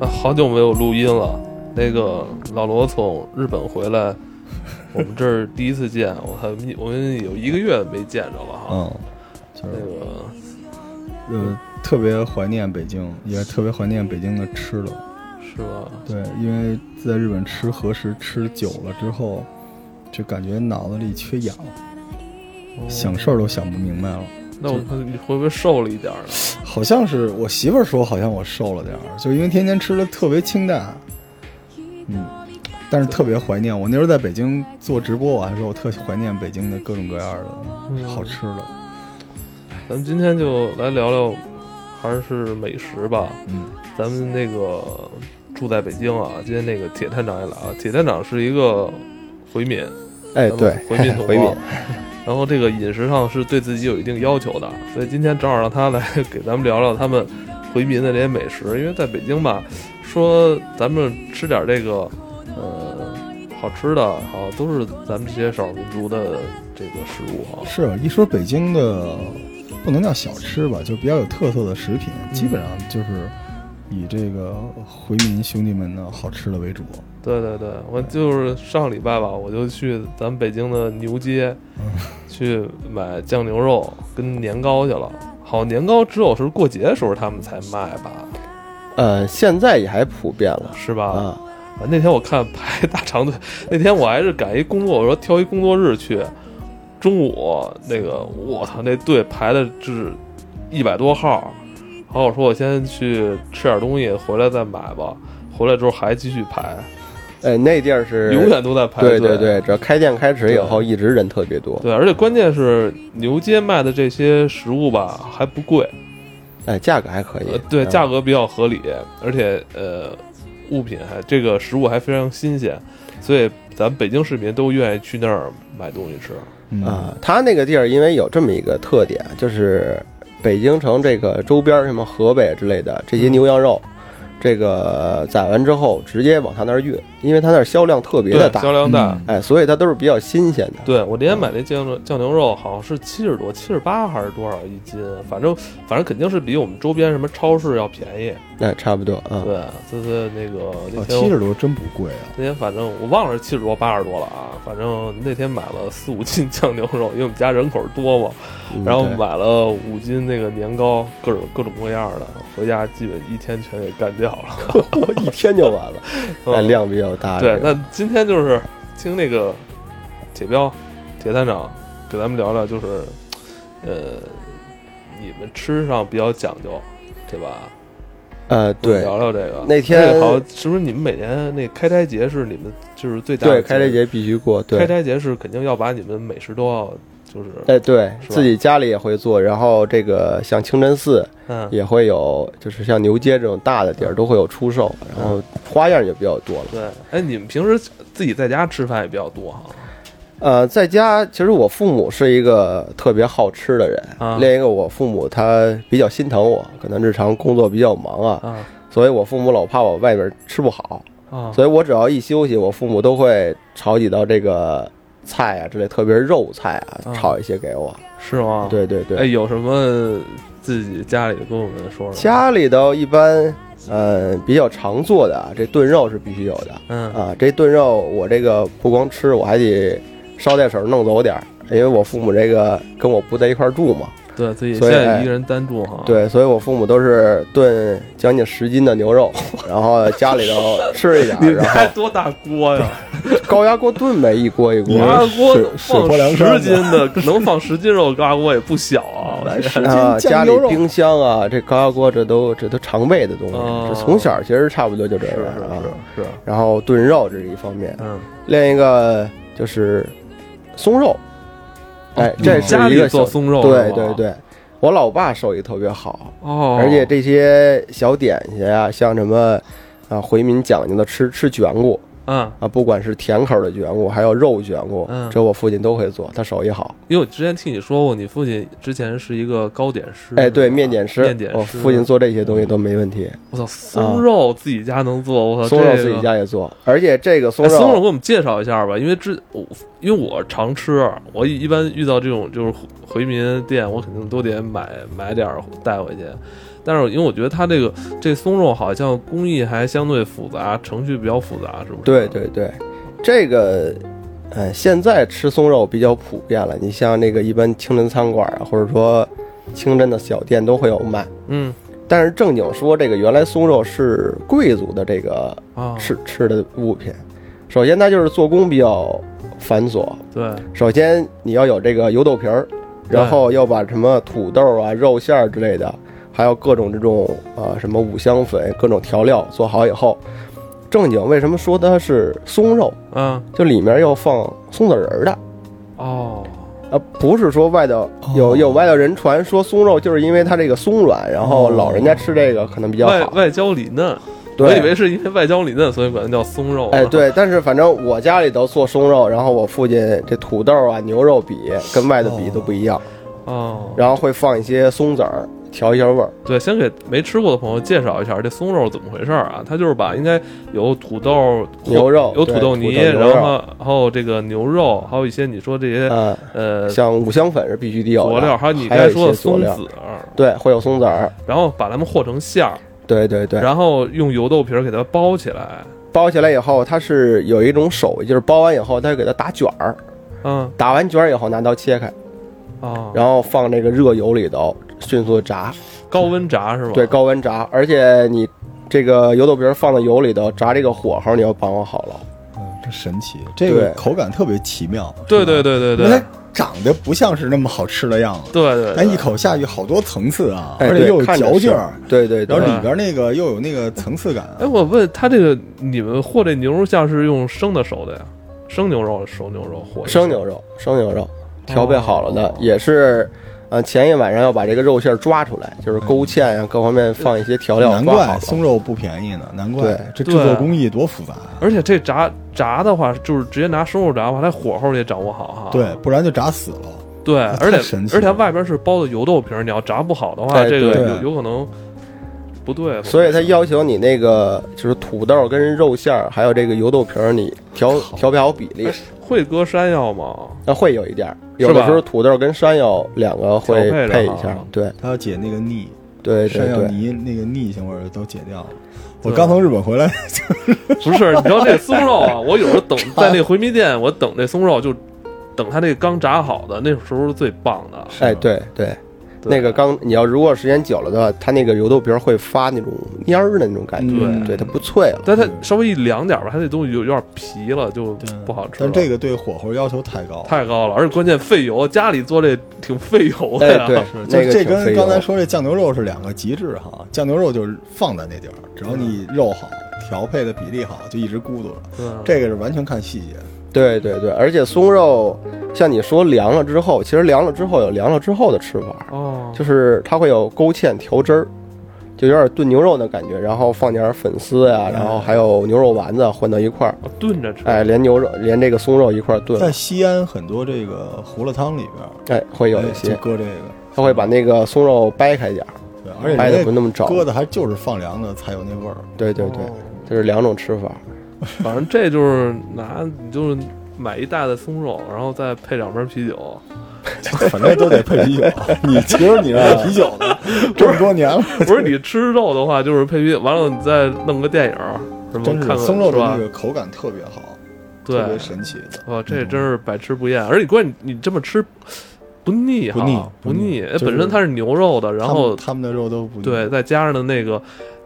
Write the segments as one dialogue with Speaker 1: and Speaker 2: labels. Speaker 1: 好久没有录音了。那个老罗从日本回 来，我们这儿第一次见，我还我们有一个月没见着了哈。
Speaker 2: 嗯，就
Speaker 1: 那
Speaker 2: 是
Speaker 1: 个
Speaker 2: 呃，特别怀念北京，也特别怀念北京的吃的。
Speaker 1: 是吧？
Speaker 2: 对，因为在日本吃和食吃久了之后，就感觉脑子里缺氧，
Speaker 1: 哦
Speaker 2: 想事儿都想不明白了。
Speaker 1: 那我看你会不会瘦了一点儿呢？
Speaker 2: 好像是我媳妇儿说，好像我瘦了点儿，就因为天天吃的特别清淡。嗯，但是特别怀念。我那时候在北京做直播，我还说我特怀念北京的各种各样的好吃的。
Speaker 1: 嗯咱们今天就来聊聊，还是美食吧。
Speaker 2: 嗯，
Speaker 1: 咱们那个住在北京啊，今天那个铁探长也来了。铁探长是一个回民，
Speaker 3: 哎，
Speaker 1: 咱们
Speaker 3: 对，
Speaker 1: 回民同
Speaker 3: 回
Speaker 1: 胞
Speaker 3: 民。
Speaker 1: 然后这个饮食上是对自己有一定要求的，所以今天正好让他来 给咱们聊聊他们回民的这些美食。因为在北京吧，说咱们吃点这个，呃，好吃的，好、像都是咱们这些少数民族的这个食物啊。
Speaker 2: 是一说北京的，不能叫小吃吧，就比较有特色的食品，基本上就是以这个回民兄弟们的好吃的为主。
Speaker 1: 对对对，我就是上礼拜吧，我就去咱们北京的牛 街，去买酱牛肉跟年糕去了。好，年糕只有是过节的时候他们才卖吧，
Speaker 3: 呃，现在也还普遍了
Speaker 1: 是吧？
Speaker 3: 啊。
Speaker 1: 啊那天我看排 大长队，那天我还是赶一工作，我说挑一工作日去，中午那个我操那队排的是一百多号，然后我说我先去吃点东西，回来再买吧。回来之后还继续排，
Speaker 3: 哎，那地儿是
Speaker 1: 永远都在排队。
Speaker 3: 对对对，只要开店开始以后，一直人特别多。
Speaker 1: 对，而且关键是牛街卖的这些食物吧还不贵，
Speaker 3: 哎，价格还可
Speaker 1: 呃
Speaker 3: 以，，
Speaker 1: 对，
Speaker 3: 嗯
Speaker 1: 价格比较合理，而且呃，物品还这个食物还非常新鲜，所以咱北京市民都愿意去那儿买东西吃。
Speaker 2: 嗯
Speaker 3: 啊，它那个地儿因为有这么一个特点，就是北京城这个周边儿什么河北之类的这些牛羊
Speaker 1: 嗯
Speaker 3: 肉，这个呃宰完之后直接往他那儿运，因为他那儿销量特别的
Speaker 1: 对，
Speaker 3: 大嗯
Speaker 1: 销，量大。
Speaker 2: 嗯
Speaker 3: 哎，所以它都是比较新鲜的。
Speaker 1: 对我那天买那酱牛酱牛肉好像是七十多，七十八还是多少一斤？反正反正肯定是比我们周边什么超市要便宜。
Speaker 3: 哎，差不多啊。
Speaker 1: 对，就是那个那
Speaker 2: 哦，
Speaker 3: 哎
Speaker 1: 天
Speaker 2: 七
Speaker 1: 我
Speaker 2: 十多真不贵啊！
Speaker 1: 那天反正我忘了是七十多八十多了啊，反正那天买了四五斤酱牛肉，因为我们家人口多嘛，
Speaker 3: 嗯
Speaker 1: 然后
Speaker 3: 对
Speaker 1: 买了五斤那个年糕，各种各种各样的，回家基本一天全给干掉 了。
Speaker 3: 我一天就完了， 哎，
Speaker 1: 嗯
Speaker 3: 量比较大。
Speaker 1: 对，
Speaker 3: 这个
Speaker 1: 那今天就是听那个铁彪铁探长给咱们聊聊，就是呃，你们吃上比较讲究，对吧？
Speaker 3: 呃，对，
Speaker 1: 聊聊这个。
Speaker 3: 那天
Speaker 1: 而且好像是不是你们每年那开斋节是你们就是最大的
Speaker 3: 对，开斋
Speaker 1: 日
Speaker 3: 节必须过。对，
Speaker 1: 开斋节是肯定要把你们美食都要，就是
Speaker 3: 哎，对
Speaker 1: 是吧
Speaker 3: 自己家里也会做，然后这个像清真寺
Speaker 1: 嗯，
Speaker 3: 也会有，就是像牛街这种大的地儿都会有出售，然后花样也比较多了。
Speaker 1: 对，哎，你们平时自己在家吃饭也比较多哈，
Speaker 3: 呃，在家其实我父母是一个特别好吃的人，
Speaker 1: 啊
Speaker 3: 另一个我父母他比较心疼我，可能日常工作比较忙啊，
Speaker 1: 啊
Speaker 3: 所以我父母老怕我外边吃不好，
Speaker 1: 啊，
Speaker 3: 所以我只要一休息，我父母都会炒几道这个菜啊之类，特别是肉菜
Speaker 1: 啊
Speaker 3: 啊，炒一些给我。
Speaker 1: 是吗？，
Speaker 3: 对对对，
Speaker 1: 哎，有什么自己家里跟我们说说？
Speaker 3: 家里头一般，呃，比较常做的啊，这炖肉是必须有的
Speaker 1: 嗯
Speaker 3: 啊。这炖肉我这个不光吃，我还得捎带手弄走点儿，因为我父母这个跟我不在一块儿住嘛，
Speaker 1: 对自己现
Speaker 3: 所以
Speaker 1: 在
Speaker 3: 哎
Speaker 1: 一个人单住哈，，
Speaker 3: 对，啊所以我父母都是炖将近十斤的牛肉， 然后家里头吃一点
Speaker 1: 你
Speaker 3: 儿，
Speaker 1: 们
Speaker 3: 然
Speaker 1: 家
Speaker 3: 后
Speaker 1: 多大锅 呀？
Speaker 3: 高压锅炖呗，一锅一锅
Speaker 2: 你
Speaker 1: 高。压锅
Speaker 2: 水水
Speaker 1: 放
Speaker 2: 泼梁山
Speaker 1: 十斤的， 能放十斤肉，高压锅也不小啊。我觉得
Speaker 3: 啊，
Speaker 2: 哎酱
Speaker 3: 家里
Speaker 2: 牛肉
Speaker 3: 冰箱啊，这高压锅这都这都常备的东西，
Speaker 1: 哦
Speaker 3: 这从小其实差不多就这
Speaker 1: 是
Speaker 3: 样啊。
Speaker 1: 是是是，
Speaker 3: 然后炖肉这是一方面，
Speaker 1: 嗯，
Speaker 3: 另一个就是松肉，哎，这是
Speaker 1: 哦家
Speaker 3: 一
Speaker 1: 里
Speaker 3: 个
Speaker 1: 做
Speaker 3: 小
Speaker 1: 松肉是
Speaker 3: 对
Speaker 1: 吗，
Speaker 3: 对对，我老爸手艺特别好，
Speaker 1: 哦，
Speaker 3: 而且这些小点心啊，像什么啊回民讲究的吃吃卷骨
Speaker 1: 嗯，
Speaker 3: 啊，不管是甜口的卷骨，还有肉卷骨
Speaker 1: 嗯，
Speaker 3: 这我父亲都会做，他手艺好。
Speaker 1: 因为我之前听你说过，你父亲之前是一个糕点师，
Speaker 3: 哎，对，
Speaker 1: 是吧
Speaker 3: 面点
Speaker 1: 嗯
Speaker 3: 师
Speaker 1: 面，点
Speaker 3: 我
Speaker 1: 师，
Speaker 3: 父亲做这些东西都没问题，
Speaker 1: 我操，松肉自己家能做，我操，
Speaker 3: 松肉
Speaker 1: 哦这个
Speaker 3: 自己家也做，而且这个松
Speaker 1: 哎，松肉
Speaker 3: 肉
Speaker 1: 给我们介绍一下吧，因为之我因为我常吃，我一一般遇到这种就是回回民店，我肯定都得买买点儿带回去。但是因为我觉得它这个这松肉好像工艺还相对复杂，程序比较复杂，是不是？
Speaker 3: 对对对，这个，呃，现在吃松肉比较普遍了。你像那个一般清真餐馆啊，或者说清真的小店都会有卖。
Speaker 1: 嗯
Speaker 3: 但是正经说，这个原来松肉是贵族的这个
Speaker 1: 啊，
Speaker 3: 吃吃的物品。首先，它就是做工比较繁琐。
Speaker 1: 对，
Speaker 3: 首先，你要有这个油豆皮儿，
Speaker 1: 对
Speaker 3: 然后要把什么土豆啊、肉馅儿之类的，还有各种这种啊、什么五香粉、各种调料做好以后，正经为什么说它是松肉？
Speaker 1: 嗯
Speaker 3: 就里面要放松子仁儿的，
Speaker 1: 哦，
Speaker 3: 啊，不是说外头有
Speaker 2: 哦
Speaker 3: 有外头人传说松肉就是因为它这个松软，然后
Speaker 2: 哦
Speaker 3: 老人家吃这个可能比较
Speaker 1: 外
Speaker 3: 好。
Speaker 1: 外焦里嫩，我以
Speaker 3: 对
Speaker 1: 为，是因为外焦里嫩，所以管它叫松肉。
Speaker 3: 哎，对，但是反正我家里头做松肉，然后我父亲这土豆啊、牛肉比跟外头比都不一样，
Speaker 1: 哦，
Speaker 3: 然后会放一些松子儿调一下味儿。
Speaker 1: 对，先给没吃过的朋友介绍一下这松肉怎么回事儿啊？它就是把应该有土豆、
Speaker 3: 牛肉
Speaker 1: 有土豆
Speaker 3: 对
Speaker 1: 泥，
Speaker 3: 土豆牛
Speaker 1: 然
Speaker 3: 肉
Speaker 1: 后还有这个牛肉，还有一些你说这些
Speaker 3: 嗯，
Speaker 1: 呃
Speaker 3: 像五香粉是必须得有的
Speaker 1: 佐料，还有你刚
Speaker 3: 还有
Speaker 1: 才
Speaker 3: 一
Speaker 1: 说的
Speaker 3: 些佐
Speaker 1: 松
Speaker 3: 料，
Speaker 1: 子儿，
Speaker 3: 对，会有松子儿，
Speaker 1: 然后把它们和成馅儿，
Speaker 3: 对对对。
Speaker 1: 然后用油豆皮儿给它包起来。
Speaker 3: 包起来以后，它是有一种手艺，就是包完以后，它给它打卷儿，
Speaker 1: 嗯
Speaker 3: 打完卷儿以后拿刀切开，
Speaker 1: 啊，
Speaker 3: 然后放这个热油里头迅速炸，
Speaker 1: 高温炸是吗？
Speaker 3: 对，高温炸，而且你这个油豆皮儿放到油里头炸这个火候你要把握好了，
Speaker 2: 嗯，真神奇，这个
Speaker 3: 对
Speaker 2: 口感特别奇妙。
Speaker 1: 对
Speaker 2: 是吧
Speaker 1: 对对对对
Speaker 3: 哎
Speaker 2: 因为它长得不像是那么好吃的样子，
Speaker 1: 对对，
Speaker 2: 但
Speaker 1: 对
Speaker 2: 一口下去好多层次啊，
Speaker 3: 哎
Speaker 2: 而且
Speaker 3: 对
Speaker 2: 又有
Speaker 3: 看着
Speaker 2: 嚼
Speaker 3: 是
Speaker 2: 劲儿，
Speaker 3: 对对
Speaker 2: 然
Speaker 3: 对
Speaker 2: 后
Speaker 1: 对
Speaker 2: 里边那个又有那个层次感啊。
Speaker 1: 哎，我问他这个你们和这牛肉馅是用生的熟的呀？生牛肉、熟牛肉和
Speaker 3: 嗯生牛肉，生牛
Speaker 2: 哦
Speaker 3: 肉调配好了的，也是，呃，前一晚上要把这个肉馅儿抓出来，就是勾芡呀、各方面放一些调料，
Speaker 2: 难
Speaker 3: 抓好
Speaker 2: 怪
Speaker 3: 了
Speaker 2: 松肉不便宜呢，难怪
Speaker 3: 对
Speaker 2: 这制
Speaker 1: 对
Speaker 2: 作工艺多复杂啊。
Speaker 1: 而且这炸炸的话，就是直接拿生肉炸的话，它火候也掌握好哈。
Speaker 2: 对，不然就炸死了。
Speaker 1: 对，
Speaker 2: 太
Speaker 1: 而且
Speaker 2: 神奇了
Speaker 1: 而且它外边是包的油豆皮儿，你要炸不好的话，
Speaker 3: 哎
Speaker 1: 这个
Speaker 2: 对
Speaker 1: 有有可能不对。
Speaker 3: 所以它要求你那个就是土豆跟肉馅儿，还有这个油豆皮儿，你调调配好比
Speaker 2: 哎
Speaker 3: 例，
Speaker 1: 会搁山药吗？
Speaker 3: 那会有一点儿。
Speaker 1: 是
Speaker 3: 有的
Speaker 1: 吧
Speaker 3: 时候土豆跟山药两个会
Speaker 1: 调配着
Speaker 3: 配一
Speaker 1: 哈
Speaker 3: 下，对
Speaker 2: 它要解那个腻，
Speaker 3: 对对
Speaker 2: 山药
Speaker 3: 对，
Speaker 2: 泥那个腻性味儿都解掉了。我
Speaker 1: 对
Speaker 2: 刚从日本回来，
Speaker 1: 不是，你知道这松肉 啊，我有时候等在那回民店，我等这松肉就等它那刚炸好的，那时候是最棒的。
Speaker 3: 哎对对，
Speaker 1: 对
Speaker 3: 那个刚你要如果时间久了的话，它那个油豆皮儿会发那种蔫儿的那种感觉，
Speaker 2: 嗯
Speaker 3: 对它不脆了。
Speaker 1: 但它稍微一凉点儿吧，它这东西有有点皮了，就不好吃了。
Speaker 2: 但这个对火候要求太高。
Speaker 1: 太高了，而且关键费油，家里做这挺费油的呀。
Speaker 3: 哎对，
Speaker 2: 就
Speaker 3: 那个
Speaker 2: 这
Speaker 3: 挺费
Speaker 2: 跟刚才
Speaker 3: 油
Speaker 2: 说这酱牛肉是两个极致哈，酱牛肉就是放在那地儿，只要你
Speaker 3: 嗯
Speaker 2: 肉好，调配的比例好，就一直咕嘟了。
Speaker 1: 嗯
Speaker 2: 这个是完全看细节，
Speaker 3: 对对对，而且松肉像你说凉了之后，其实凉了之后有凉了之后的吃法，
Speaker 1: 哦，
Speaker 3: 就是它会有勾芡调汁儿，就有点炖牛肉的感觉，然后放点粉丝呀、然
Speaker 2: 嗯
Speaker 3: 后还有牛肉丸子混到一块儿，
Speaker 1: 哦炖着吃。
Speaker 3: 哎，连牛肉连这个松肉一块儿
Speaker 2: 在
Speaker 3: 炖，
Speaker 2: 西安很多这个胡辣汤里边儿
Speaker 3: 哎，会有
Speaker 2: 哎
Speaker 3: 一些
Speaker 2: 就，搁这个，
Speaker 3: 它会把那个松肉掰开点儿，
Speaker 2: 对，而且
Speaker 3: 掰的
Speaker 2: 人
Speaker 3: 不
Speaker 2: 家
Speaker 3: 那么找，
Speaker 2: 搁的还就是放凉的才有那味儿。
Speaker 3: 对对对
Speaker 1: 哦，
Speaker 3: 这是两种吃法，
Speaker 1: 反正这就是拿，你就是买一袋子松肉，然后再配两瓶啤酒。
Speaker 2: 反正都得配啤酒。 你其实你是爱 啤酒的，这么多年了，
Speaker 1: 不是你吃肉的话，就是配啤，完了你再弄个电影儿，什么
Speaker 2: 真
Speaker 1: 看
Speaker 2: 是
Speaker 1: 看
Speaker 2: 松肉
Speaker 1: 是
Speaker 2: 的
Speaker 1: 吧
Speaker 2: 那？个口感特别好，
Speaker 1: 对
Speaker 2: 特别嗯神奇的。
Speaker 1: 哇，这真是百吃不厌。而且关键你这么吃不腻哈，
Speaker 2: 不腻
Speaker 1: 不
Speaker 2: 不腻
Speaker 1: 哎
Speaker 2: 就是
Speaker 1: 本身它是牛肉的，然
Speaker 2: 他
Speaker 1: 后
Speaker 2: 们他们的肉都不腻
Speaker 1: 对，。再加上的那个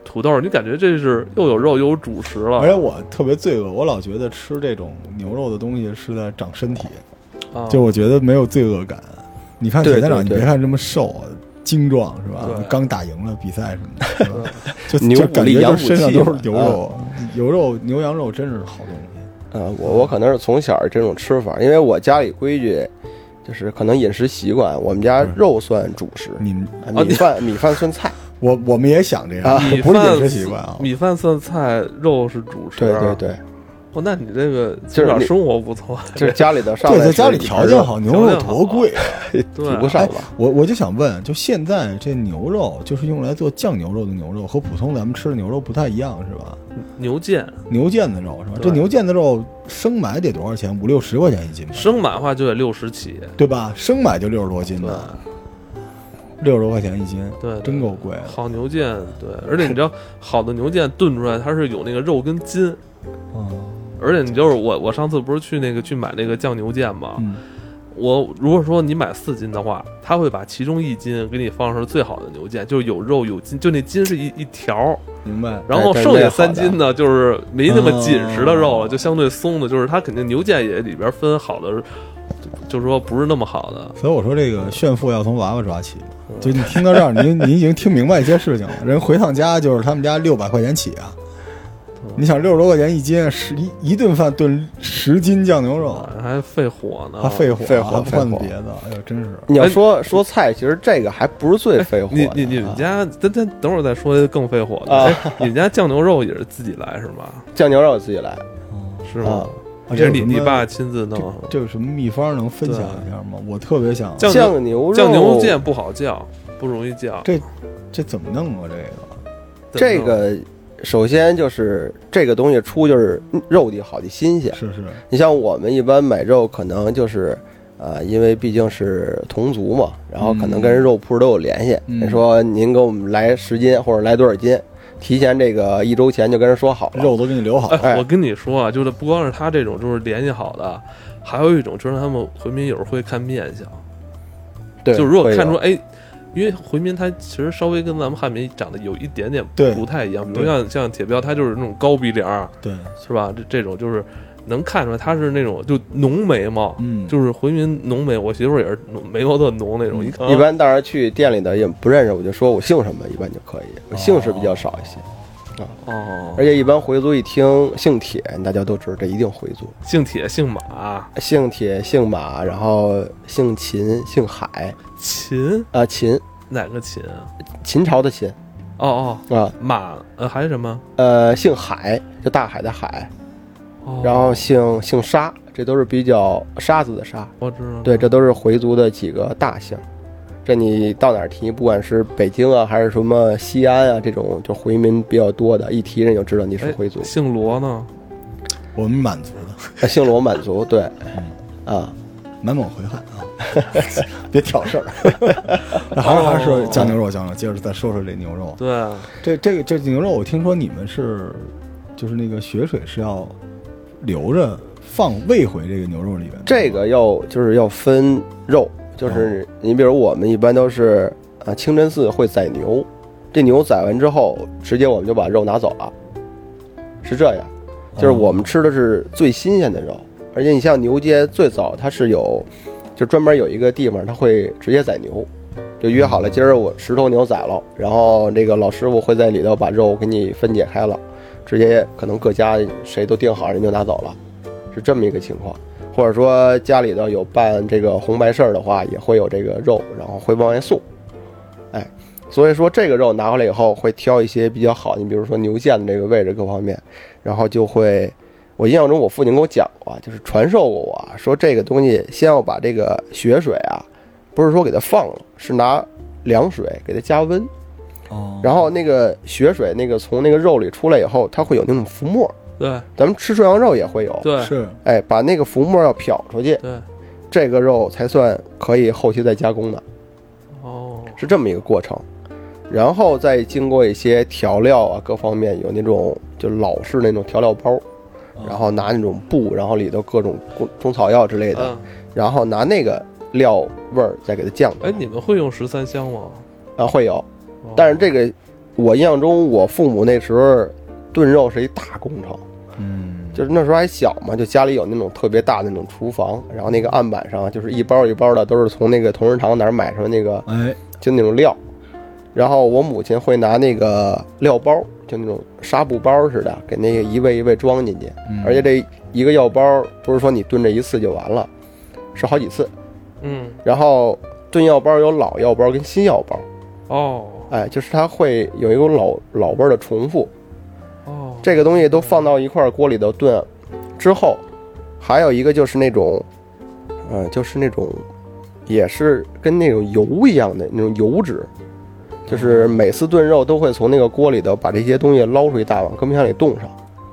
Speaker 1: 土豆，你感觉这是又有肉又有主食了
Speaker 2: 而且我特别罪恶，我老觉得吃这种牛肉的东西是在长身体，
Speaker 1: 啊。
Speaker 2: 就我觉得没有罪恶感。你看
Speaker 3: 对
Speaker 2: 铁蛋长，
Speaker 3: 对
Speaker 2: 你
Speaker 3: 对
Speaker 2: 别看这么瘦啊，精壮是吧
Speaker 1: 对？
Speaker 2: 刚打赢了比赛什么的是吧， 就
Speaker 3: 牛
Speaker 2: 就感
Speaker 3: 骨力
Speaker 2: 觉
Speaker 3: 羊
Speaker 2: 就
Speaker 3: 骨
Speaker 2: 身上
Speaker 3: 气
Speaker 2: 都
Speaker 3: 嘛
Speaker 2: 是牛
Speaker 1: 啊
Speaker 2: 肉，牛肉牛羊肉真是好东西。
Speaker 3: 啊，我我可能是从小这种吃法，因为我家里规矩就是可能饮食习惯，我们家肉算主食，
Speaker 2: 你们
Speaker 1: 嗯
Speaker 3: 啊米饭米饭 算菜，
Speaker 2: 我我们也想这样，
Speaker 3: 啊
Speaker 1: 米
Speaker 2: 不是
Speaker 1: 饭
Speaker 2: 饮食习惯啊，
Speaker 1: 米饭算菜，肉是主食。
Speaker 3: 对对，对，
Speaker 1: 哦，那你这个
Speaker 3: 就
Speaker 1: 从
Speaker 3: 是
Speaker 1: 小
Speaker 3: 你
Speaker 1: 生活不错，
Speaker 3: 就是家里的上
Speaker 2: 对，
Speaker 3: 来
Speaker 2: 在
Speaker 3: 是
Speaker 2: 家里条件好，牛肉多贵啊！
Speaker 3: 比不
Speaker 1: 对
Speaker 3: 上
Speaker 2: 哎
Speaker 3: 吧。，
Speaker 2: 我我就想问，就现在这牛肉，就是用来做酱牛肉的牛肉，和普通咱们吃的牛肉不太一样，是吧？
Speaker 1: 牛腱
Speaker 2: 牛腱子肉是吧？
Speaker 1: 对
Speaker 2: 这牛腱子肉生买得多少钱？五六十块钱一斤吧，
Speaker 1: 生买的话就得六十起，
Speaker 3: 嗯
Speaker 2: 对吧？生买就六十多斤
Speaker 1: 对
Speaker 2: 吧。六十多块钱一斤，
Speaker 1: 对，对
Speaker 2: 真够贵的。
Speaker 1: 好牛腱，对，而且你知道，好的牛腱炖出来它是有那个肉跟筋，
Speaker 2: 嗯
Speaker 1: 而且你就是我，我上次不是去那个去买那个酱牛腱嘛，
Speaker 2: 嗯，
Speaker 1: 我如果说你买四斤的话，他会把其中一斤给你放上最好的牛腱，就是有肉有筋，就那筋是一一条儿，
Speaker 2: 明白。
Speaker 1: 然后剩下三斤呢，就是没那么紧实的肉了，
Speaker 2: 哦
Speaker 1: 就相对松的，就是它肯定牛腱也里边分好的，就是说不是那么好的，
Speaker 2: 所以我说这个炫富要从娃娃抓起，就你听到这儿，您您已经听明白一些事情了。人回趟家就是他们家六百块钱起啊，你想六十多块钱一斤，十一一顿饭炖十斤酱牛肉，
Speaker 1: 还费火呢，
Speaker 2: 还费火，
Speaker 3: 费火
Speaker 2: 还不换
Speaker 3: 费火
Speaker 2: 别的，哎呦，真是
Speaker 3: 你要说说菜，其实这个还不是最费火
Speaker 1: 哎你
Speaker 3: 的。
Speaker 1: 你你们家，咱咱等会儿再说更费火的。
Speaker 3: 啊
Speaker 1: 哎，你们家酱牛肉也是自己来是吗？
Speaker 3: 酱牛肉自己来，
Speaker 1: 是吗？
Speaker 2: 啊
Speaker 1: 也是你
Speaker 2: 这有什么
Speaker 1: 你爸亲自弄
Speaker 2: 这。这有什么秘方能分享一下吗？我特别想，
Speaker 1: 酱
Speaker 3: 酱牛肉
Speaker 1: 酱牛腱不好叫，不容易叫。
Speaker 2: 这这怎么弄啊？这个
Speaker 1: 怎么
Speaker 3: 这
Speaker 1: 弄
Speaker 3: 个，首先就是这个东西出就是肉得好得新鲜。
Speaker 2: 是是，
Speaker 3: 你像我们一般买肉，可能就是，呃，因为毕竟是同族嘛，然后可
Speaker 1: 嗯
Speaker 3: 能跟肉铺都有联系。
Speaker 2: 嗯
Speaker 3: 人说您给我们来十斤或者来多少斤，提前这个一周前就跟人说好了。
Speaker 2: 肉都给你留好了，
Speaker 1: 哎，
Speaker 3: 哎
Speaker 1: 我跟你说啊，就是不光是他这种，就是联系好的，还有一种就是他们回民有时候会看面相，
Speaker 3: 对，
Speaker 1: 就如果
Speaker 3: 会有
Speaker 1: 看出哎，因为回民他其实稍微跟咱们汉民长得有一点点
Speaker 2: 对
Speaker 1: 不太一样，比如
Speaker 2: 对
Speaker 1: 像像铁彪他就是那种高鼻梁儿，
Speaker 2: 对，
Speaker 1: 是吧？这这种就是能看出来他是那种就浓眉毛，
Speaker 2: 嗯，
Speaker 1: 就是回民浓眉，我媳妇儿也是浓眉毛特浓那种，一看
Speaker 3: 嗯一般到时候去店里的也不认识，我就说我姓什么，一般就可以。我姓氏比较少一些，
Speaker 1: 哦
Speaker 3: 而，且一般回族一听姓铁，大家都知道这一定回族。
Speaker 1: 姓铁姓马
Speaker 3: 姓铁、姓马，然后姓秦、姓海啊、
Speaker 1: 秦
Speaker 3: 秦
Speaker 1: 哪个秦啊？
Speaker 3: 秦朝的秦
Speaker 1: 哦哦，
Speaker 3: 啊，
Speaker 1: 马呃还是什么？
Speaker 3: 呃，姓海就大海的海，
Speaker 1: 哦、
Speaker 3: 然后姓姓沙，这都是比较沙子的沙，
Speaker 1: 我知道了，
Speaker 3: 对，这都是回族的几个大姓。这你到哪儿提，不管是北京啊，还是什么西安啊，这种就回民比较多的，一提人就知道你是
Speaker 1: 哎
Speaker 3: 回族。
Speaker 1: 姓罗呢？
Speaker 2: 我们满族的，
Speaker 3: 啊姓罗满族，对，
Speaker 1: 嗯
Speaker 3: 啊，
Speaker 2: 满蒙回汉啊，别挑事儿。 还是还是
Speaker 3: 哦
Speaker 2: 说酱牛肉，酱牛肉，接着再说说这牛肉。
Speaker 1: 对，
Speaker 2: 这这个这牛肉，我听说你们是，就是那个血水是要留着放喂回这个牛肉里面的。
Speaker 3: 这个要就是要分肉，就是你比如我们一般都是啊，清真寺会宰牛，这牛宰完之后，直接我们就把肉拿走了，是这样，就是我们吃的是最新鲜的肉，而且你像牛街最早它是有，就专门有一个地方，它会直接宰牛。就约好了，今儿我十头牛宰了，然后这个老师傅会在里头把肉给你分解开了，直接可能各家谁都定好，人就拿走了，是这么一个情况。或者说家里头有办这个红白事儿的话，也会有这个肉，然后会往外送。哎，所以说这个肉拿回来以后，会挑一些比较好，你比如说牛腱的这个位置各方面，然后就会，我印象中我父亲给我讲过啊，就是传授过我啊，说这个东西先要把这个血水啊，不是说给它放了，是拿凉水给它加温，
Speaker 2: 哦，
Speaker 3: 然后那个血水那个从那个肉里出来以后，它会有那种浮沫，
Speaker 1: 对
Speaker 3: 咱们吃涮羊肉也会有。
Speaker 1: 对
Speaker 2: 是
Speaker 3: 哎，把那个浮沫要漂出去，
Speaker 1: 对，
Speaker 3: 这个肉才算可以后期再加工的，
Speaker 1: 哦，
Speaker 3: 是这么一个过程。然后再经过一些调料啊，各方面有那种就老式那种调料包，
Speaker 1: 哦
Speaker 3: 然后拿那种布，然后里头各种中中草药之类的，
Speaker 1: 嗯，
Speaker 3: 然后拿那个料味儿再给它酱
Speaker 1: 哎，
Speaker 3: 的。
Speaker 1: 你们会用十三香吗？
Speaker 3: 啊，会有，
Speaker 1: 哦
Speaker 3: 但是这个我印象中，我父母那时候炖肉是一大工程。
Speaker 2: 嗯，
Speaker 3: 就是那时候还小嘛，就家里有那种特别大的那种厨房，然后那个案板上就是一包一包的，都是从那个同仁堂哪儿买出来那个
Speaker 2: 哎，
Speaker 3: 就那种料。然后我母亲会拿那个料包，就那种纱布包似的，给那个一位一位装进去。
Speaker 2: 嗯
Speaker 3: 而且这一个药包不是说你炖这一次就完了，是好几次。
Speaker 1: 嗯，
Speaker 3: 然后炖药包有老药包跟新药包，
Speaker 1: 哦
Speaker 3: 哎，就是它会有一个老老味儿的重复。
Speaker 1: 哦，
Speaker 3: 这个东西都放到一块锅里头炖，之后还有一个就是那种，呃，就是那种也是跟那种油一样的那种油脂，就是每次炖肉都会从那个锅里头把这些东西捞出一大碗，搁冰箱里冻上，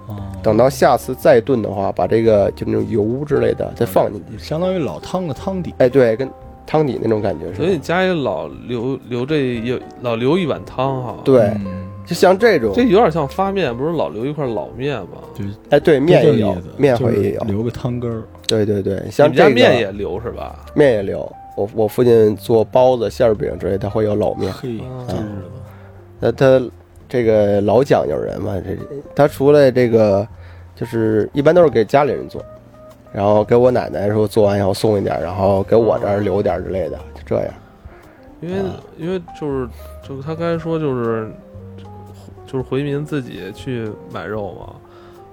Speaker 2: 哦
Speaker 3: 等到下次再炖的话，把这个就那种油之类的再放进去。
Speaker 2: 相当于老汤的汤底。
Speaker 3: 哎，对，跟汤底那种感觉是
Speaker 1: 所以
Speaker 3: 吧。
Speaker 1: 家里老留留这有老留一碗汤哈，，
Speaker 3: 对，
Speaker 2: 嗯
Speaker 3: 就像这种
Speaker 1: 这，有点像发面，不是老留一块老面吗？
Speaker 2: 就是
Speaker 3: 哎，对，面
Speaker 2: 就这
Speaker 3: 也有
Speaker 2: 意思，
Speaker 3: 面
Speaker 2: 就
Speaker 3: 会
Speaker 2: 是
Speaker 3: 也有，
Speaker 2: 留个汤根儿，
Speaker 3: 对对对，
Speaker 1: 你
Speaker 3: 像
Speaker 1: 们家
Speaker 3: 这个
Speaker 1: 面也留是吧？
Speaker 3: 面也留。我我附近做包子、馅儿饼之类，它会有老面。
Speaker 2: 嘿，
Speaker 1: 啊
Speaker 2: 真
Speaker 3: 嗯
Speaker 2: 是的，
Speaker 3: 那他这个老讲究人嘛，这他除了这个，就是一般都是给家里人做，然后给我奶奶说做完以后送一点，然后给我这儿留点之类的，就这样。
Speaker 1: 因为、
Speaker 3: 啊
Speaker 1: 因为就是就是他刚才说就是就是回民自己去买肉嘛，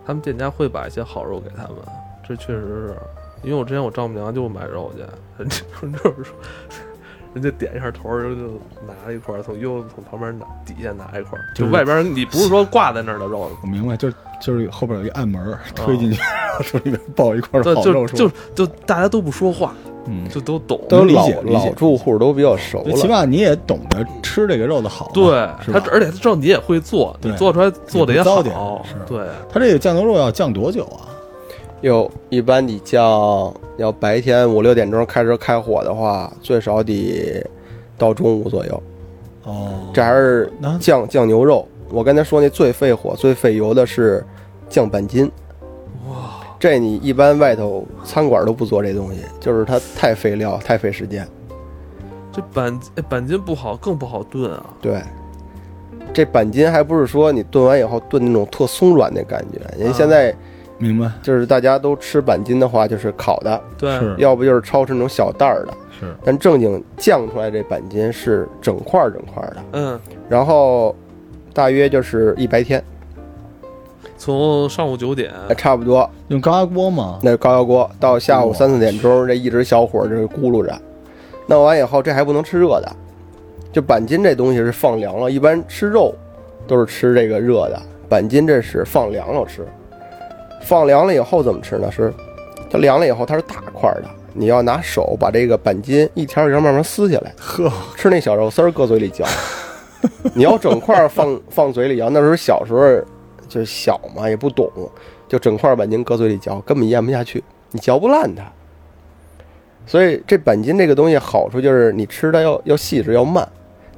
Speaker 1: 他们店家会把一些好肉给他们，这确实是因为我之前我丈母娘就买肉去， 人家就是说人家点一下头儿，人家就拿一块儿从右从旁边拿底下拿一块儿，
Speaker 2: 就是
Speaker 1: 就外边儿你不是说挂在那儿的肉，
Speaker 2: 我明白，就是就是后边有一暗门儿
Speaker 3: 嗯
Speaker 2: 推进去，然后 手里面抱一块
Speaker 1: 对
Speaker 2: 好
Speaker 1: 就
Speaker 2: 肉
Speaker 1: 就
Speaker 2: 出来，
Speaker 1: 就大家都不说话，
Speaker 2: 嗯，
Speaker 1: 就都懂，
Speaker 3: 都
Speaker 2: 能理
Speaker 3: 老
Speaker 2: 解理解
Speaker 3: 老住户都比较熟
Speaker 2: 就起
Speaker 3: 了，
Speaker 2: 码你也懂得吃这个肉的好嘛，
Speaker 1: 对
Speaker 2: 是
Speaker 1: 他
Speaker 2: 吧，
Speaker 1: 而且他知道你也会做，你
Speaker 2: 对
Speaker 1: 做出来做的
Speaker 2: 也不糟点
Speaker 1: 好
Speaker 2: 是，
Speaker 1: 对。
Speaker 2: 它这个酱牛肉要酱多久啊？
Speaker 3: 有一般你叫要白天五六点钟开始开火的话，最少得到中午左右。
Speaker 2: 哦，
Speaker 3: 这还是
Speaker 2: 那
Speaker 3: 酱酱牛肉。我刚才说那最费火、最费油的是酱板筋。哇，这你一般外头餐馆都不做这东西，就是它太费料、太费时间。
Speaker 1: 这板哎板筋不好，更不好炖啊！
Speaker 3: 对，这板筋还不是说你炖完以后炖那种特松软的感觉。人现在
Speaker 2: 明白，
Speaker 3: 就是大家都吃板筋的话，就是烤的，
Speaker 1: 对，啊
Speaker 2: 是
Speaker 3: 要不就是焯成那种小袋儿的。
Speaker 2: 是
Speaker 3: 但正经酱出来这板筋是整块儿整块儿的，
Speaker 1: 嗯，
Speaker 3: 然后大约就是一白天，呃
Speaker 1: 从上午九点，
Speaker 3: 差不多
Speaker 2: 用高压锅吗？
Speaker 3: 那高压锅到下午
Speaker 2: 啊哇
Speaker 3: 三四点钟，这一直小火这咕噜着，弄完以后这还不能吃热的，就板筋这东西是放凉了，一般吃肉都是吃这个热的，板筋这是放凉了吃，放凉了以后怎么吃呢？是它凉了以后它是大块儿的，你要拿手把这个板筋一条一条慢慢撕下来，
Speaker 2: 呵，
Speaker 3: 吃那小肉丝儿搁嘴里嚼，你要整块儿放放嘴里嚼，那时候小时候就是小嘛，也不懂，就整块儿板筋搁嘴里嚼，根本咽不下去，你嚼不烂它。所以这板筋这个东西好处就是你吃它要要细致要慢，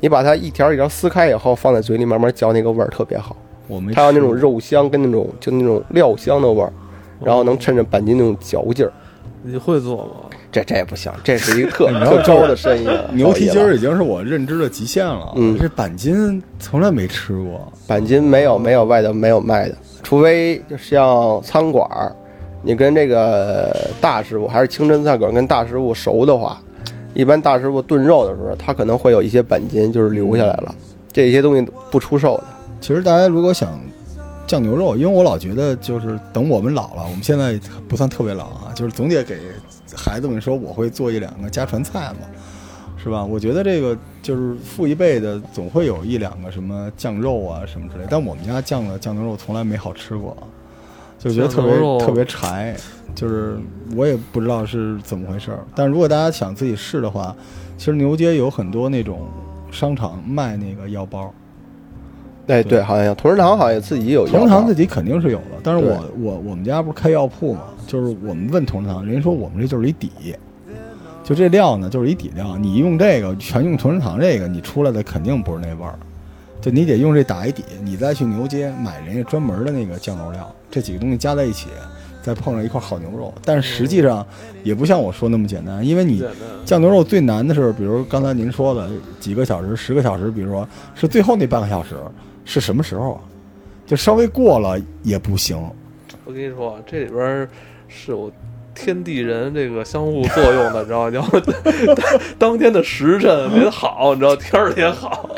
Speaker 3: 你把它一条一条撕开以后放在嘴里慢慢嚼，那个味儿特别好，
Speaker 2: 我没
Speaker 3: 它有那种
Speaker 2: 吃
Speaker 3: 肉香跟那种就那种料香的味儿，然后能
Speaker 1: 哦
Speaker 3: 趁着板筋那种嚼劲儿。
Speaker 1: 你会做吗？
Speaker 3: 这这也不行，这是一个特
Speaker 2: 你知道
Speaker 3: 特高的深意啊了。
Speaker 2: 牛蹄筋
Speaker 3: 老爷
Speaker 2: 儿
Speaker 3: 子，
Speaker 2: 已经是我认知的极限了，
Speaker 3: 嗯
Speaker 2: 这板筋从来没吃过，
Speaker 3: 板筋没有没有外头没有卖的，除非就像餐馆儿，你跟这个大师傅还是清真餐馆儿跟大师傅熟的话，一般大师傅炖肉的时候，他可能会有一些板筋就是留下来了，
Speaker 2: 嗯
Speaker 3: 这些东西不出售的。
Speaker 2: 其实大家如果想酱牛肉，因为我老觉得就是等我们老了，我们现在不算特别老啊，就是总得给孩子们说我会做一两个家传菜嘛，是吧？我觉得这个就是父一辈的总会有一两个什么酱肉啊什么之类，但我们家酱的酱牛肉从来没好吃过，就觉得特
Speaker 1: 酱牛肉
Speaker 2: 别特别柴，就是我也不知道是怎么回事儿。但如果大家想自己试的话，其实牛街有很多那种商场卖那个腰包。对
Speaker 3: 哎，对，好像同仁堂好像自己有药
Speaker 2: 同仁
Speaker 3: 房，
Speaker 2: 堂自己肯定是有的，但是
Speaker 3: 对
Speaker 2: 我我我们家不是开药铺嘛，就是我们问同仁堂，人家说我们这就是一底，就这料呢就是一底料，你用这个全用同仁堂这个，你出来的肯定不是那味儿，就你得用这打一底，你再去牛街买人家专门的那个酱油料，这几个东西加在一起，再碰上一块好牛肉，但是实际上也不像我说那么简单，因为你
Speaker 1: 简单，
Speaker 2: 酱牛肉最难的是，比如刚才您说的几个小时、十个小时，比如说是最后那半个小时是什么时候啊？就稍微过了也不行。
Speaker 1: 我跟你说啊，这里边儿是有天地人这个相互作用的，你知 道吗？然后当天的时辰也好，你知道天儿也好，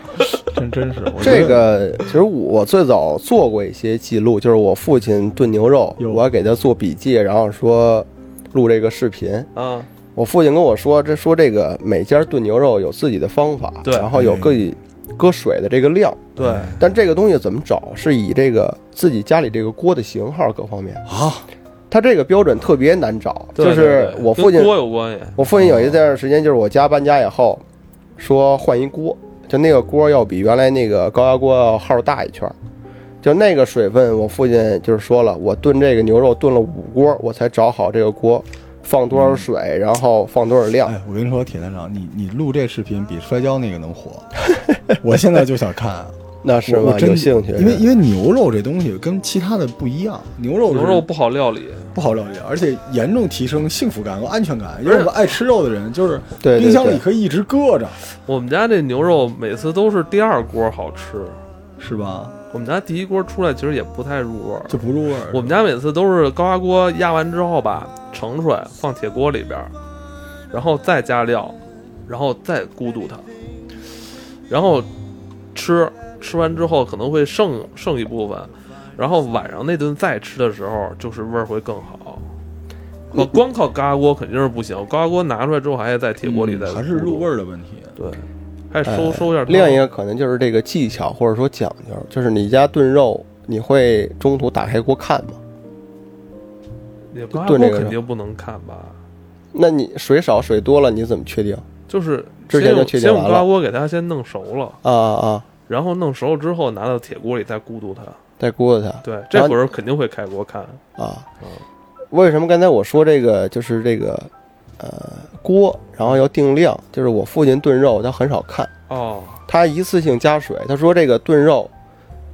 Speaker 2: 真真是我觉得
Speaker 3: 这个其实我最早做过一些记录，就是我父亲炖牛肉，
Speaker 2: 有
Speaker 3: 我还给他做笔记，然后说录这个视频。
Speaker 1: 啊，
Speaker 3: 我父亲跟我说，这说这个每家炖牛肉有自己的方法，
Speaker 1: 对
Speaker 3: 然后有
Speaker 2: 嗯
Speaker 3: 自己搁水的这个量，
Speaker 1: 对，
Speaker 2: 哎
Speaker 3: 但这个东西怎么找，是以这个自己家里这个锅的型号各方面，
Speaker 2: 啊，
Speaker 3: 他这个标准特别难找。
Speaker 1: 对对
Speaker 3: 就是
Speaker 1: 对
Speaker 3: 我
Speaker 1: 跟
Speaker 3: 父亲，
Speaker 1: 锅有关系，
Speaker 3: 我父亲有一段时间，就是我家搬家以后，说换一锅，就那个锅要比原来那个高压锅要号大一圈儿，就那个水分，我父亲就是说了，我炖这个牛肉炖了五锅，我才找好这个锅放多少水，然后放多少量。
Speaker 2: 哎，我跟你说，铁团长，你你录这视频比摔跤那个能火， 我现在就想 看。
Speaker 3: 那是
Speaker 2: 我
Speaker 3: 吗
Speaker 2: 我？真
Speaker 3: 有兴趣？
Speaker 2: 因为因为牛肉这东西跟其他的不一样，牛肉
Speaker 1: 牛
Speaker 2: 是
Speaker 1: 肉不好料理，
Speaker 2: 不好料理，而且严重提升幸福感和安全感。因为我们爱吃肉的人，就是
Speaker 3: 对对
Speaker 2: 冰箱
Speaker 3: 对
Speaker 2: 里可以一直搁着，
Speaker 1: 我们家这牛肉每次都是第二锅好吃，
Speaker 2: 是吧？
Speaker 1: 我们家第一锅出来其实也不太入味儿。
Speaker 2: 就不入味儿。
Speaker 1: 我们家每次都是高压锅压完之后吧，盛出来放铁锅里边儿，然后再加料，然后再咕嘟它，然后吃，吃完之后可能会剩剩一部分，然后晚上那顿再吃的时候，就是味儿会更好。
Speaker 3: 嗯
Speaker 1: 可光靠高压锅肯定是不行，高压锅拿出来之后还得在铁锅
Speaker 3: 嗯
Speaker 1: 里再咕嘟、
Speaker 2: 嗯还是入味儿的问题。
Speaker 1: 对，还得
Speaker 3: 哎
Speaker 1: 收收一下汤。
Speaker 3: 另一个可能就是这个技巧或者说讲究，就是你家炖肉，你会中途打开锅看吗？
Speaker 1: 也高压锅
Speaker 3: 炖这个是
Speaker 1: 肯定不能看吧？
Speaker 3: 那你水少水多了，你怎么确定？
Speaker 1: 就是
Speaker 3: 之前
Speaker 1: 先
Speaker 3: 就
Speaker 1: 用
Speaker 3: 确定
Speaker 1: 先用
Speaker 3: 完
Speaker 1: 高压
Speaker 3: 了
Speaker 1: 锅给它先弄熟了。
Speaker 3: 啊啊，
Speaker 1: 然后弄熟了之后拿到铁锅里再咕嘟它。
Speaker 3: 再锅它
Speaker 1: 对，这会儿肯定会开锅看。
Speaker 3: 啊
Speaker 1: 嗯。
Speaker 3: 为什么刚才我说这个就是这个呃锅，然后要定量？就是我父亲炖肉，他很少看，
Speaker 1: 哦，
Speaker 3: 他一次性加水。他说这个炖肉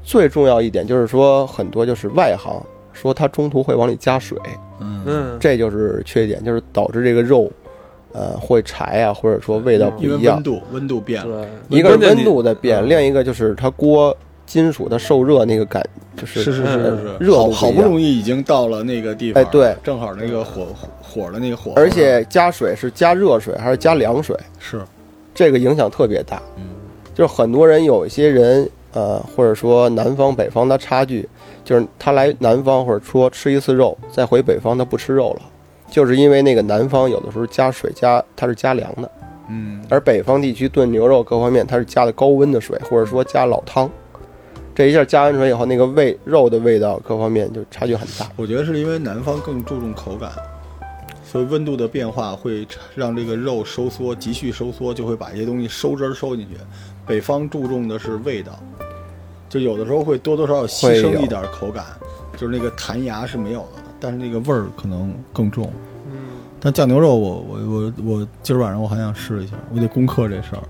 Speaker 3: 最重要一点就是说，很多就是外行说他中途会往里加水，
Speaker 2: 嗯，
Speaker 1: 嗯，
Speaker 3: 这就是缺点，就是导致这个肉呃会柴啊，或者说味道不
Speaker 2: 因为
Speaker 3: 一样
Speaker 2: 温。度温度变了，
Speaker 1: 对，
Speaker 3: 一个是
Speaker 1: 关键
Speaker 3: 温
Speaker 1: 你
Speaker 3: 度的变，
Speaker 1: 嗯
Speaker 3: 另一个就是它锅金属它受热那个感，就是
Speaker 2: 是是是
Speaker 3: 呃
Speaker 2: 是，
Speaker 3: 热
Speaker 2: 好
Speaker 3: 度
Speaker 2: 好
Speaker 3: 一
Speaker 2: 不
Speaker 3: 样
Speaker 2: 容易已经到了那个地方，
Speaker 3: 哎对，
Speaker 2: 正好那个火火火的那个火候，
Speaker 3: 而且加水是加热水还是加凉水，
Speaker 2: 是
Speaker 3: 这个影响特别大。
Speaker 2: 嗯，
Speaker 3: 就是很多人有一些人，呃，或者说南方北方的差距，就是他来南方或者说吃一次肉，再回北方他不吃肉了，就是因为那个南方有的时候加水加它是加凉的，
Speaker 2: 嗯，
Speaker 3: 而北方地区炖牛肉各方面它是加的高温的水，或者说加老汤。这一下加完水以后，那个味肉的味道各方面就差距很大。
Speaker 2: 我觉得是因为南方更注重口感，所以温度的变化会让这个肉收缩，急剧收缩，就会把一些东西收汁儿收进去。北方注重的是味道，就有的时候会多多少少牺
Speaker 3: 会有
Speaker 2: 牲一点儿口感，就是那个弹牙是没有的，但是那个味儿可能更重。
Speaker 1: 嗯，
Speaker 2: 但酱牛肉我，我我我今儿晚上我还想试一下，我得攻克这事儿，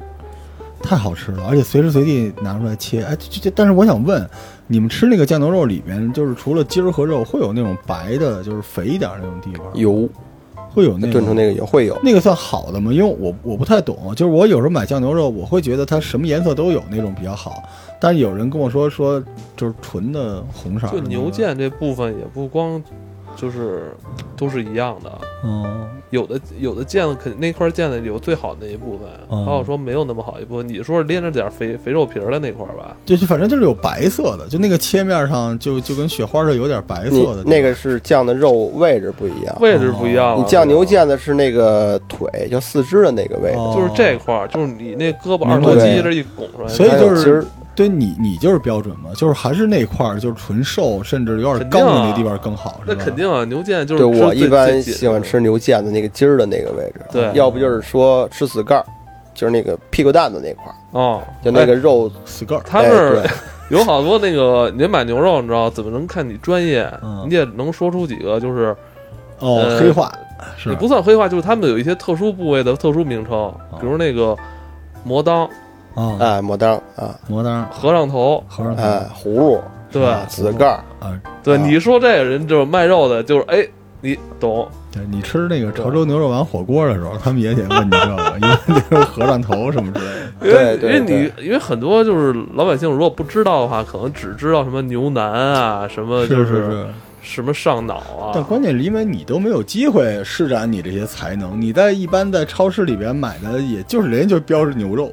Speaker 2: 太好吃了，而且随时随地拿出来切。哎，这这这，但是我想问，你们吃那个酱牛肉里面，就是除了筋儿和肉，会有那种白的，就是肥一点儿那种地方，
Speaker 3: 油
Speaker 2: 会有那
Speaker 3: 炖出
Speaker 2: 种
Speaker 3: 那个油会有，
Speaker 2: 那个算好的吗？因为我我不太懂，就是我有时候买酱牛肉，我会觉得它什么颜色都有那种比较好，但是有人跟我说说就是纯的红色儿
Speaker 1: 就
Speaker 2: 的
Speaker 3: 嗯
Speaker 2: 那
Speaker 1: 牛
Speaker 2: 个，
Speaker 1: 腱这部分也不光就是都是一样的，
Speaker 2: 哦，
Speaker 1: 有的有的腱子肯那块腱子有最好的那一部分，
Speaker 2: 嗯
Speaker 1: 还有说没有那么好一部分。你说是连着点肥肥肉皮儿的那块儿吧？
Speaker 2: 就是反正就是有白色的，就那个切面上就就跟雪花似的，有点白
Speaker 3: 你
Speaker 2: 色的
Speaker 3: 那个是酱的肉位置不一样。
Speaker 1: 位置不一样了。
Speaker 3: 啊哦你酱牛腱子是那个腿，就四肢的那个位置，
Speaker 2: 哦
Speaker 1: 就是这块儿，就是你那胳膊
Speaker 2: 明白
Speaker 1: 二头肌
Speaker 3: 对
Speaker 1: 这一拱出来，
Speaker 2: 所以
Speaker 3: 还
Speaker 2: 就
Speaker 3: 有
Speaker 2: 是
Speaker 3: 筋儿
Speaker 2: 对你你就是标准嘛，就是还是那块儿，就是纯瘦，甚至有点刚的那地方更好，
Speaker 1: 啊那
Speaker 2: 是吧
Speaker 1: 肯定啊，牛腱就是
Speaker 3: 对我
Speaker 1: 吃最
Speaker 3: 一般
Speaker 1: 最紧
Speaker 3: 喜欢
Speaker 1: 的
Speaker 3: 吃牛腱子那个筋儿的那个位置，啊
Speaker 1: 对
Speaker 3: 要不就是说吃死盖儿，就是那个屁股蛋子那块儿，
Speaker 1: 哦，
Speaker 3: 就那
Speaker 1: 哎
Speaker 3: 个肉，
Speaker 2: 死个儿。
Speaker 1: 他
Speaker 3: 哎
Speaker 1: 们儿
Speaker 3: 对
Speaker 1: 有好多那个，你买牛肉，你知道怎么能看你专业？
Speaker 2: 嗯
Speaker 1: 你也能说出几个，就是
Speaker 2: 哦，
Speaker 1: 呃
Speaker 2: 黑化是
Speaker 1: 也不算黑化，就是他们有一些特殊部位的特殊名称，
Speaker 2: 哦
Speaker 1: 比如那个磨裆、
Speaker 2: 啊，
Speaker 3: 哎，牡丹啊，
Speaker 2: 磨裆
Speaker 1: 和尚头，
Speaker 2: 和尚
Speaker 3: 哎
Speaker 2: 啊，，
Speaker 3: 葫芦，
Speaker 1: 对、
Speaker 2: 啊
Speaker 3: 死盖儿，
Speaker 1: 对，
Speaker 2: 哦
Speaker 3: 啊
Speaker 1: 你一说这个人就是卖肉的，就是哎，你懂？
Speaker 2: 对你吃那个潮州牛肉丸火锅的时候，他们也得问你这个， 因为那是和尚头什么之类的。
Speaker 1: 因为
Speaker 3: 对对
Speaker 1: 因为你因为很多就是老百姓如果不知道的话，可能只知道什么牛腩啊，什么就是
Speaker 2: 是，
Speaker 1: 什么上脑啊，
Speaker 2: 但关键是因为你都没有机会施展你这些才能，你在一般在超市里边买的，也就是人家就标着牛肉，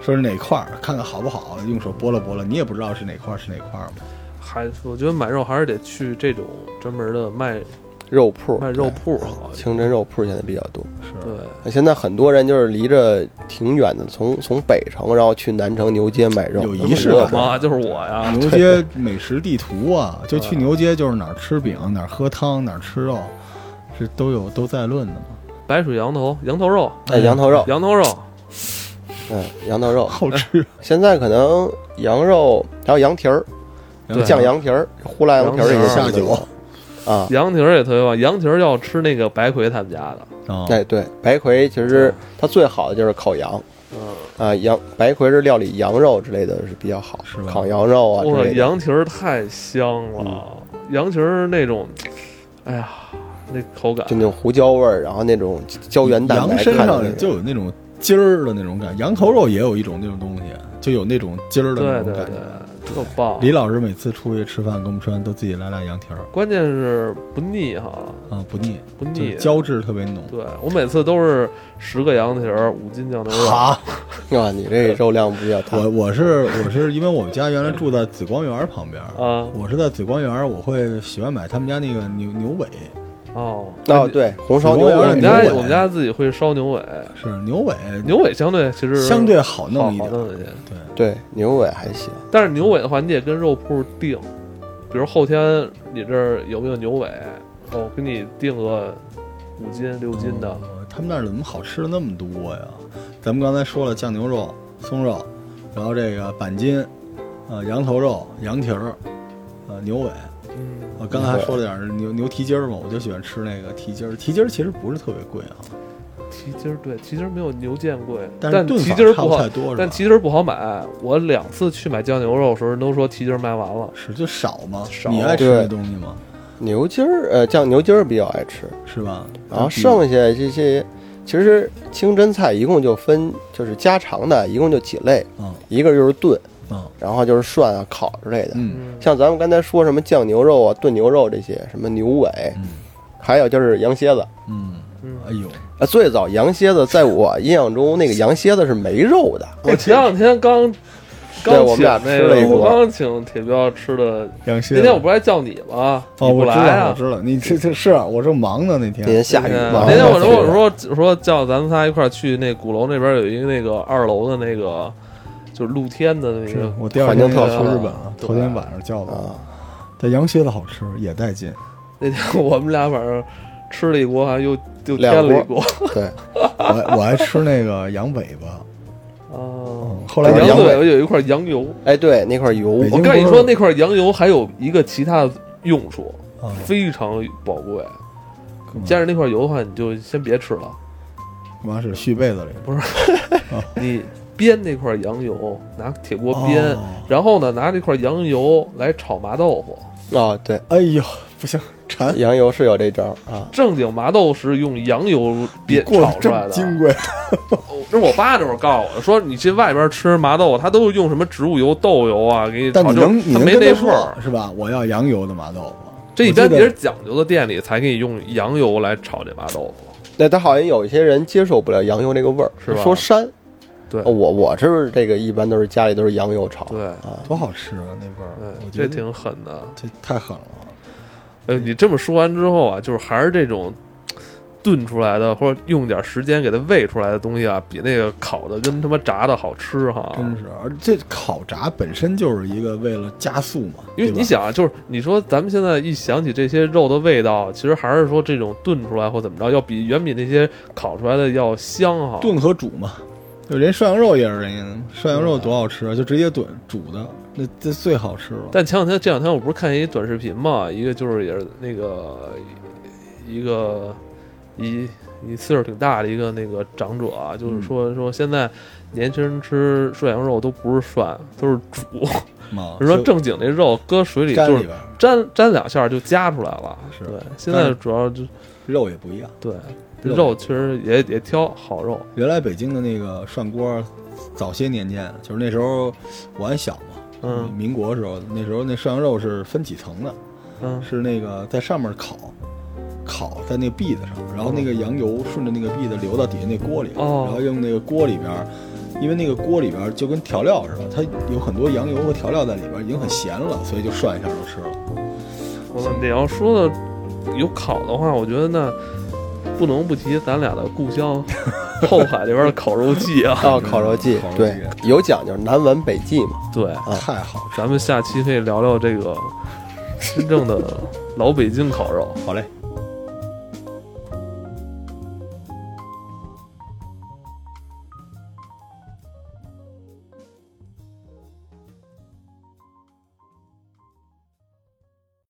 Speaker 2: 说是哪块儿，看看好不好，用手拨了拨了，你也不知道是哪块儿是哪块儿嘛。
Speaker 1: 还我觉得买肉还是得去这种专门的卖
Speaker 3: 肉铺，
Speaker 1: 卖肉
Speaker 3: 对，
Speaker 1: 铺好一点。
Speaker 3: 清真肉铺现在比较多。
Speaker 2: 是，
Speaker 1: 对。
Speaker 3: 现在很多人就是离着挺远的，从从北城然后去南城牛街买肉，
Speaker 2: 有
Speaker 3: 那
Speaker 2: 仪式
Speaker 3: 么热
Speaker 1: 我
Speaker 2: 感
Speaker 3: 闹
Speaker 1: 妈就是我呀，
Speaker 2: 牛街美食地图啊，就去牛街就是哪儿吃饼，哪儿喝汤，哪儿吃肉，是都有都在论 的嘛。
Speaker 1: 白水羊头、羊头肉、
Speaker 3: 哎，羊头肉，
Speaker 1: 羊头肉，
Speaker 3: 嗯，羊头肉。
Speaker 2: 好吃，
Speaker 3: 现在可能羊肉还有羊蹄儿，
Speaker 1: 对
Speaker 3: 酱羊蹄儿、胡辣羊蹄儿
Speaker 1: 羊
Speaker 3: 也
Speaker 1: 蹄儿
Speaker 3: 下
Speaker 2: 下酒
Speaker 3: 酒。啊。
Speaker 1: 羊蹄儿也特别棒，羊蹄儿要吃那个白魁他们家的，
Speaker 2: 啊，
Speaker 3: 哎，对，白魁其实它最好的就是烤羊
Speaker 1: 嗯，
Speaker 3: 啊，羊白魁是料理羊肉之类的是比较好
Speaker 2: 是，吧
Speaker 3: 烤羊肉
Speaker 1: 我
Speaker 3: 啊
Speaker 1: 操，
Speaker 3: 之类的。
Speaker 1: 羊蹄儿太香了，
Speaker 2: 嗯
Speaker 1: 羊蹄儿那种，哎呀，那口感
Speaker 3: 就那种胡椒味儿，然后那种胶原蛋白
Speaker 2: 羊身
Speaker 3: 看着那
Speaker 2: 上
Speaker 3: 个，
Speaker 2: 就有那种筋儿的那种感觉，羊头肉也有一种那种东西，就有那种筋儿的那
Speaker 1: 对
Speaker 2: 种
Speaker 1: 对
Speaker 2: 感
Speaker 1: 对
Speaker 2: 觉。，
Speaker 1: 特棒。
Speaker 2: 李老师每次出去吃饭跟我们吃饭都自己来俩羊蹄儿
Speaker 1: 关键是不腻哈，
Speaker 2: 啊，不腻，
Speaker 1: 不
Speaker 2: 就
Speaker 1: 腻
Speaker 2: 是。胶质特别浓。
Speaker 1: 对我每次都是十个羊蹄儿，五斤酱牛肉。
Speaker 2: 好，
Speaker 3: 哇，啊你这肉量比较大。
Speaker 2: 啊我我是我是因为我们家原来住在紫光园儿旁边儿
Speaker 1: 啊
Speaker 2: 我是在紫光园儿，我会喜欢买他们家那个牛牛尾，
Speaker 1: 哦，
Speaker 3: 哦，对，红烧牛
Speaker 2: 我
Speaker 1: 我
Speaker 2: 有
Speaker 1: 们
Speaker 3: 尾，
Speaker 1: 家
Speaker 2: 牛尾
Speaker 1: 我们家自己会烧牛尾，
Speaker 2: 是牛尾，
Speaker 1: 牛尾相对其实
Speaker 2: 相对好
Speaker 1: 好
Speaker 2: 弄一
Speaker 1: 好
Speaker 2: 点。
Speaker 1: 弄一些，
Speaker 2: 对，
Speaker 3: 对牛尾还行。
Speaker 1: 但是牛尾的话，你得跟肉铺定，比如后天你这儿有没有牛尾，我给你定个五斤六斤的。
Speaker 2: 哦他们那儿怎么好吃的那么多呀？咱们刚才说了酱牛肉、松肉，然后这个板筋，呃，羊头肉、羊蹄儿，呃，牛尾。
Speaker 1: 嗯，
Speaker 2: 我啊刚才还说了点儿牛牛蹄筋儿嘛，我就喜欢吃那个蹄筋儿。蹄筋儿其实不是特别贵啊，
Speaker 1: 蹄筋儿对，蹄筋儿没有牛腱贵，
Speaker 2: 但是
Speaker 1: 但
Speaker 2: 炖
Speaker 1: 蹄
Speaker 2: 法
Speaker 1: 筋儿
Speaker 2: 差
Speaker 1: 不
Speaker 2: 不
Speaker 1: 好
Speaker 2: 太，多，是
Speaker 1: 但
Speaker 2: 吧？
Speaker 1: 蹄筋儿不好买。我两次去买酱牛肉的时候，人都说蹄筋儿卖完了。
Speaker 2: 是就少嘛，
Speaker 1: 少
Speaker 2: 你爱吃
Speaker 3: 对
Speaker 2: 那东西吗？
Speaker 3: 牛筋儿，呃，酱牛筋儿比较爱吃，
Speaker 2: 是吧？
Speaker 3: 然后
Speaker 2: 比
Speaker 3: 剩下这些，其实清真菜一共就分，就是家常的，一共就几类，
Speaker 2: 嗯
Speaker 3: 一个就是炖，
Speaker 2: 嗯
Speaker 3: 然后就是涮啊、烤之类的。
Speaker 2: 嗯
Speaker 1: 嗯，
Speaker 3: 像咱们刚才说什么酱牛肉啊、炖牛肉这些，什么牛尾，
Speaker 2: 嗯
Speaker 3: 还有就是羊蝎子。
Speaker 2: 嗯，
Speaker 1: 嗯
Speaker 2: 哎呦，
Speaker 3: 啊，最早羊蝎子在我印象中，那个羊蝎子是没肉 的。
Speaker 1: 我前两天刚
Speaker 3: 对
Speaker 1: 刚
Speaker 3: 我们
Speaker 1: 请
Speaker 3: 俩
Speaker 1: 那
Speaker 3: 吃了
Speaker 1: 个，
Speaker 3: 一
Speaker 1: 我
Speaker 3: 锅
Speaker 1: 刚请铁彪吃的。
Speaker 2: 羊蝎子。
Speaker 1: 那天我不是还叫你吗？
Speaker 2: 啊哦，
Speaker 1: 你不
Speaker 2: 我知
Speaker 1: 来
Speaker 2: 道，我
Speaker 1: 啊？
Speaker 2: 知道，你这这是啊我正忙呢那
Speaker 3: 那
Speaker 2: 天。
Speaker 3: 天下雨
Speaker 1: 嗯
Speaker 3: 嘛，
Speaker 1: 那天我
Speaker 2: 然
Speaker 1: 说
Speaker 2: 后
Speaker 1: 我说我说叫咱们仨一块儿去那鼓楼那边有一个那个二楼的那个就是露天的那
Speaker 2: 是
Speaker 1: 个，
Speaker 2: 我第二
Speaker 3: 环
Speaker 2: 天
Speaker 3: 境
Speaker 2: 要
Speaker 3: 特
Speaker 2: 去
Speaker 3: 好
Speaker 2: 日本了，
Speaker 1: 对
Speaker 2: 头天晚上叫的。
Speaker 3: 啊，
Speaker 2: 但羊蝎子好吃，也带劲。
Speaker 1: 那天我们俩反正吃了一锅，还又又添
Speaker 3: 两
Speaker 1: 了一
Speaker 3: 锅
Speaker 1: 锅。
Speaker 3: 对，
Speaker 2: 我还我还吃那个羊尾巴，
Speaker 1: 哦
Speaker 2: 嗯，后来
Speaker 1: 羊
Speaker 3: 羊
Speaker 1: 腿
Speaker 3: 尾
Speaker 1: 有一块羊油，
Speaker 3: 哎，对，那块油
Speaker 2: 北
Speaker 1: 我
Speaker 2: 京
Speaker 1: 跟你
Speaker 2: 不是
Speaker 1: 说那块羊油还有一个其他的用处，
Speaker 2: 啊，
Speaker 1: 非常宝贵。
Speaker 2: 嗯干嘛
Speaker 1: 加上那块油的话，你就先别吃了。
Speaker 2: 干嘛是续被子里
Speaker 1: 你煸那块羊油，拿铁锅煸，
Speaker 2: 哦
Speaker 1: 然后呢，拿这块羊油来炒麻豆腐。
Speaker 3: 啊，对，
Speaker 2: 哎呦，不行，哎馋，
Speaker 3: 羊油是有这招儿啊。
Speaker 1: 正经麻豆是用羊油煸
Speaker 2: 过得
Speaker 1: 炒出
Speaker 2: 这
Speaker 1: 来
Speaker 2: 么
Speaker 1: 的。啊
Speaker 2: 金贵，
Speaker 1: 哦这是我爸那会儿告诉我的，说你去外边吃麻豆，他都是用什么植物油、豆油啊，给你
Speaker 2: 但
Speaker 1: 炒
Speaker 2: 你
Speaker 1: 这种，
Speaker 2: 能你
Speaker 1: 他
Speaker 2: 能
Speaker 1: 没
Speaker 2: 跟
Speaker 1: 那
Speaker 2: 他
Speaker 1: 味儿
Speaker 2: 说。是吧？我要羊油的麻豆腐，
Speaker 1: 这一
Speaker 2: 我记
Speaker 1: 般
Speaker 2: 得
Speaker 1: 也是讲究的店里才给你用羊油来炒这麻豆腐。
Speaker 3: 那他好像有一些人接受不了羊油那个味儿，
Speaker 1: 是吧
Speaker 3: 说膻。
Speaker 1: 对
Speaker 3: 哦我我是这个一般都是家里都是羊油炒。
Speaker 1: 对
Speaker 3: 啊，
Speaker 2: 多好吃啊那味儿，
Speaker 1: 对，
Speaker 2: 我
Speaker 1: 哎这
Speaker 2: 觉得
Speaker 1: 挺狠的。
Speaker 2: 这太狠了。
Speaker 1: 呃，你这么说完之后啊，就是还是这种炖出来的，或者用点时间给它煨出来的东西啊，比那个烤的跟他妈炸的好吃哈。
Speaker 2: 真是，而这烤炸本身就是一个为了加速嘛，
Speaker 1: 因为
Speaker 2: 对吧
Speaker 1: 你想啊，就是你说咱们现在一想起这些肉的味道，其实还是说这种炖出来或怎么着，要比远比那些烤出来的要香哈。
Speaker 2: 炖和煮嘛，就人涮羊肉也是人家涮羊肉多好吃啊，就直接炖煮的，那这最好吃了。
Speaker 1: 但前两天这两天我不是看一短视频嘛，一个就是也是那个一个一一岁数挺大的一个那个长者啊，
Speaker 2: 嗯
Speaker 1: 就是说说现在年轻人吃涮羊肉都不是涮，都是煮，
Speaker 2: 嘛，
Speaker 1: 是说正经那肉搁水里
Speaker 2: 干
Speaker 1: 就
Speaker 2: 啊里
Speaker 1: 是
Speaker 2: 边儿
Speaker 1: 沾沾两下就夹出来了。
Speaker 2: 是
Speaker 1: 对，现在主要就
Speaker 2: 肉也不一样。
Speaker 1: 对
Speaker 2: 肉
Speaker 1: 肉确实也也挑好肉，
Speaker 2: 原来北京的那个涮锅，早些年间就是那时候我还小嘛，
Speaker 1: 嗯
Speaker 2: 民国时候那时候那涮羊肉是分几层的，
Speaker 1: 嗯
Speaker 2: 是那个在上面烤，烤在那个篦子上，然后那个羊油顺着那个篦子流到底下那锅里，
Speaker 1: 哦
Speaker 2: 然后用那个锅里边儿，因为那个锅里边儿就跟调料似的，它有很多羊油和调料在里边儿，已经很咸了，所以就涮一下就吃了。
Speaker 1: 我操！你要说的有烤的话，我觉得那不能不提咱俩的故乡后海这边的烤肉季啊。
Speaker 3: 哦，烤肉季
Speaker 2: 烤肉，季
Speaker 3: 对，有讲究，南文北忌嘛。
Speaker 1: 对，
Speaker 3: 啊
Speaker 2: 太好吃了，
Speaker 1: 咱们下期可以聊聊这个真正的老北京烤肉。
Speaker 2: 好嘞。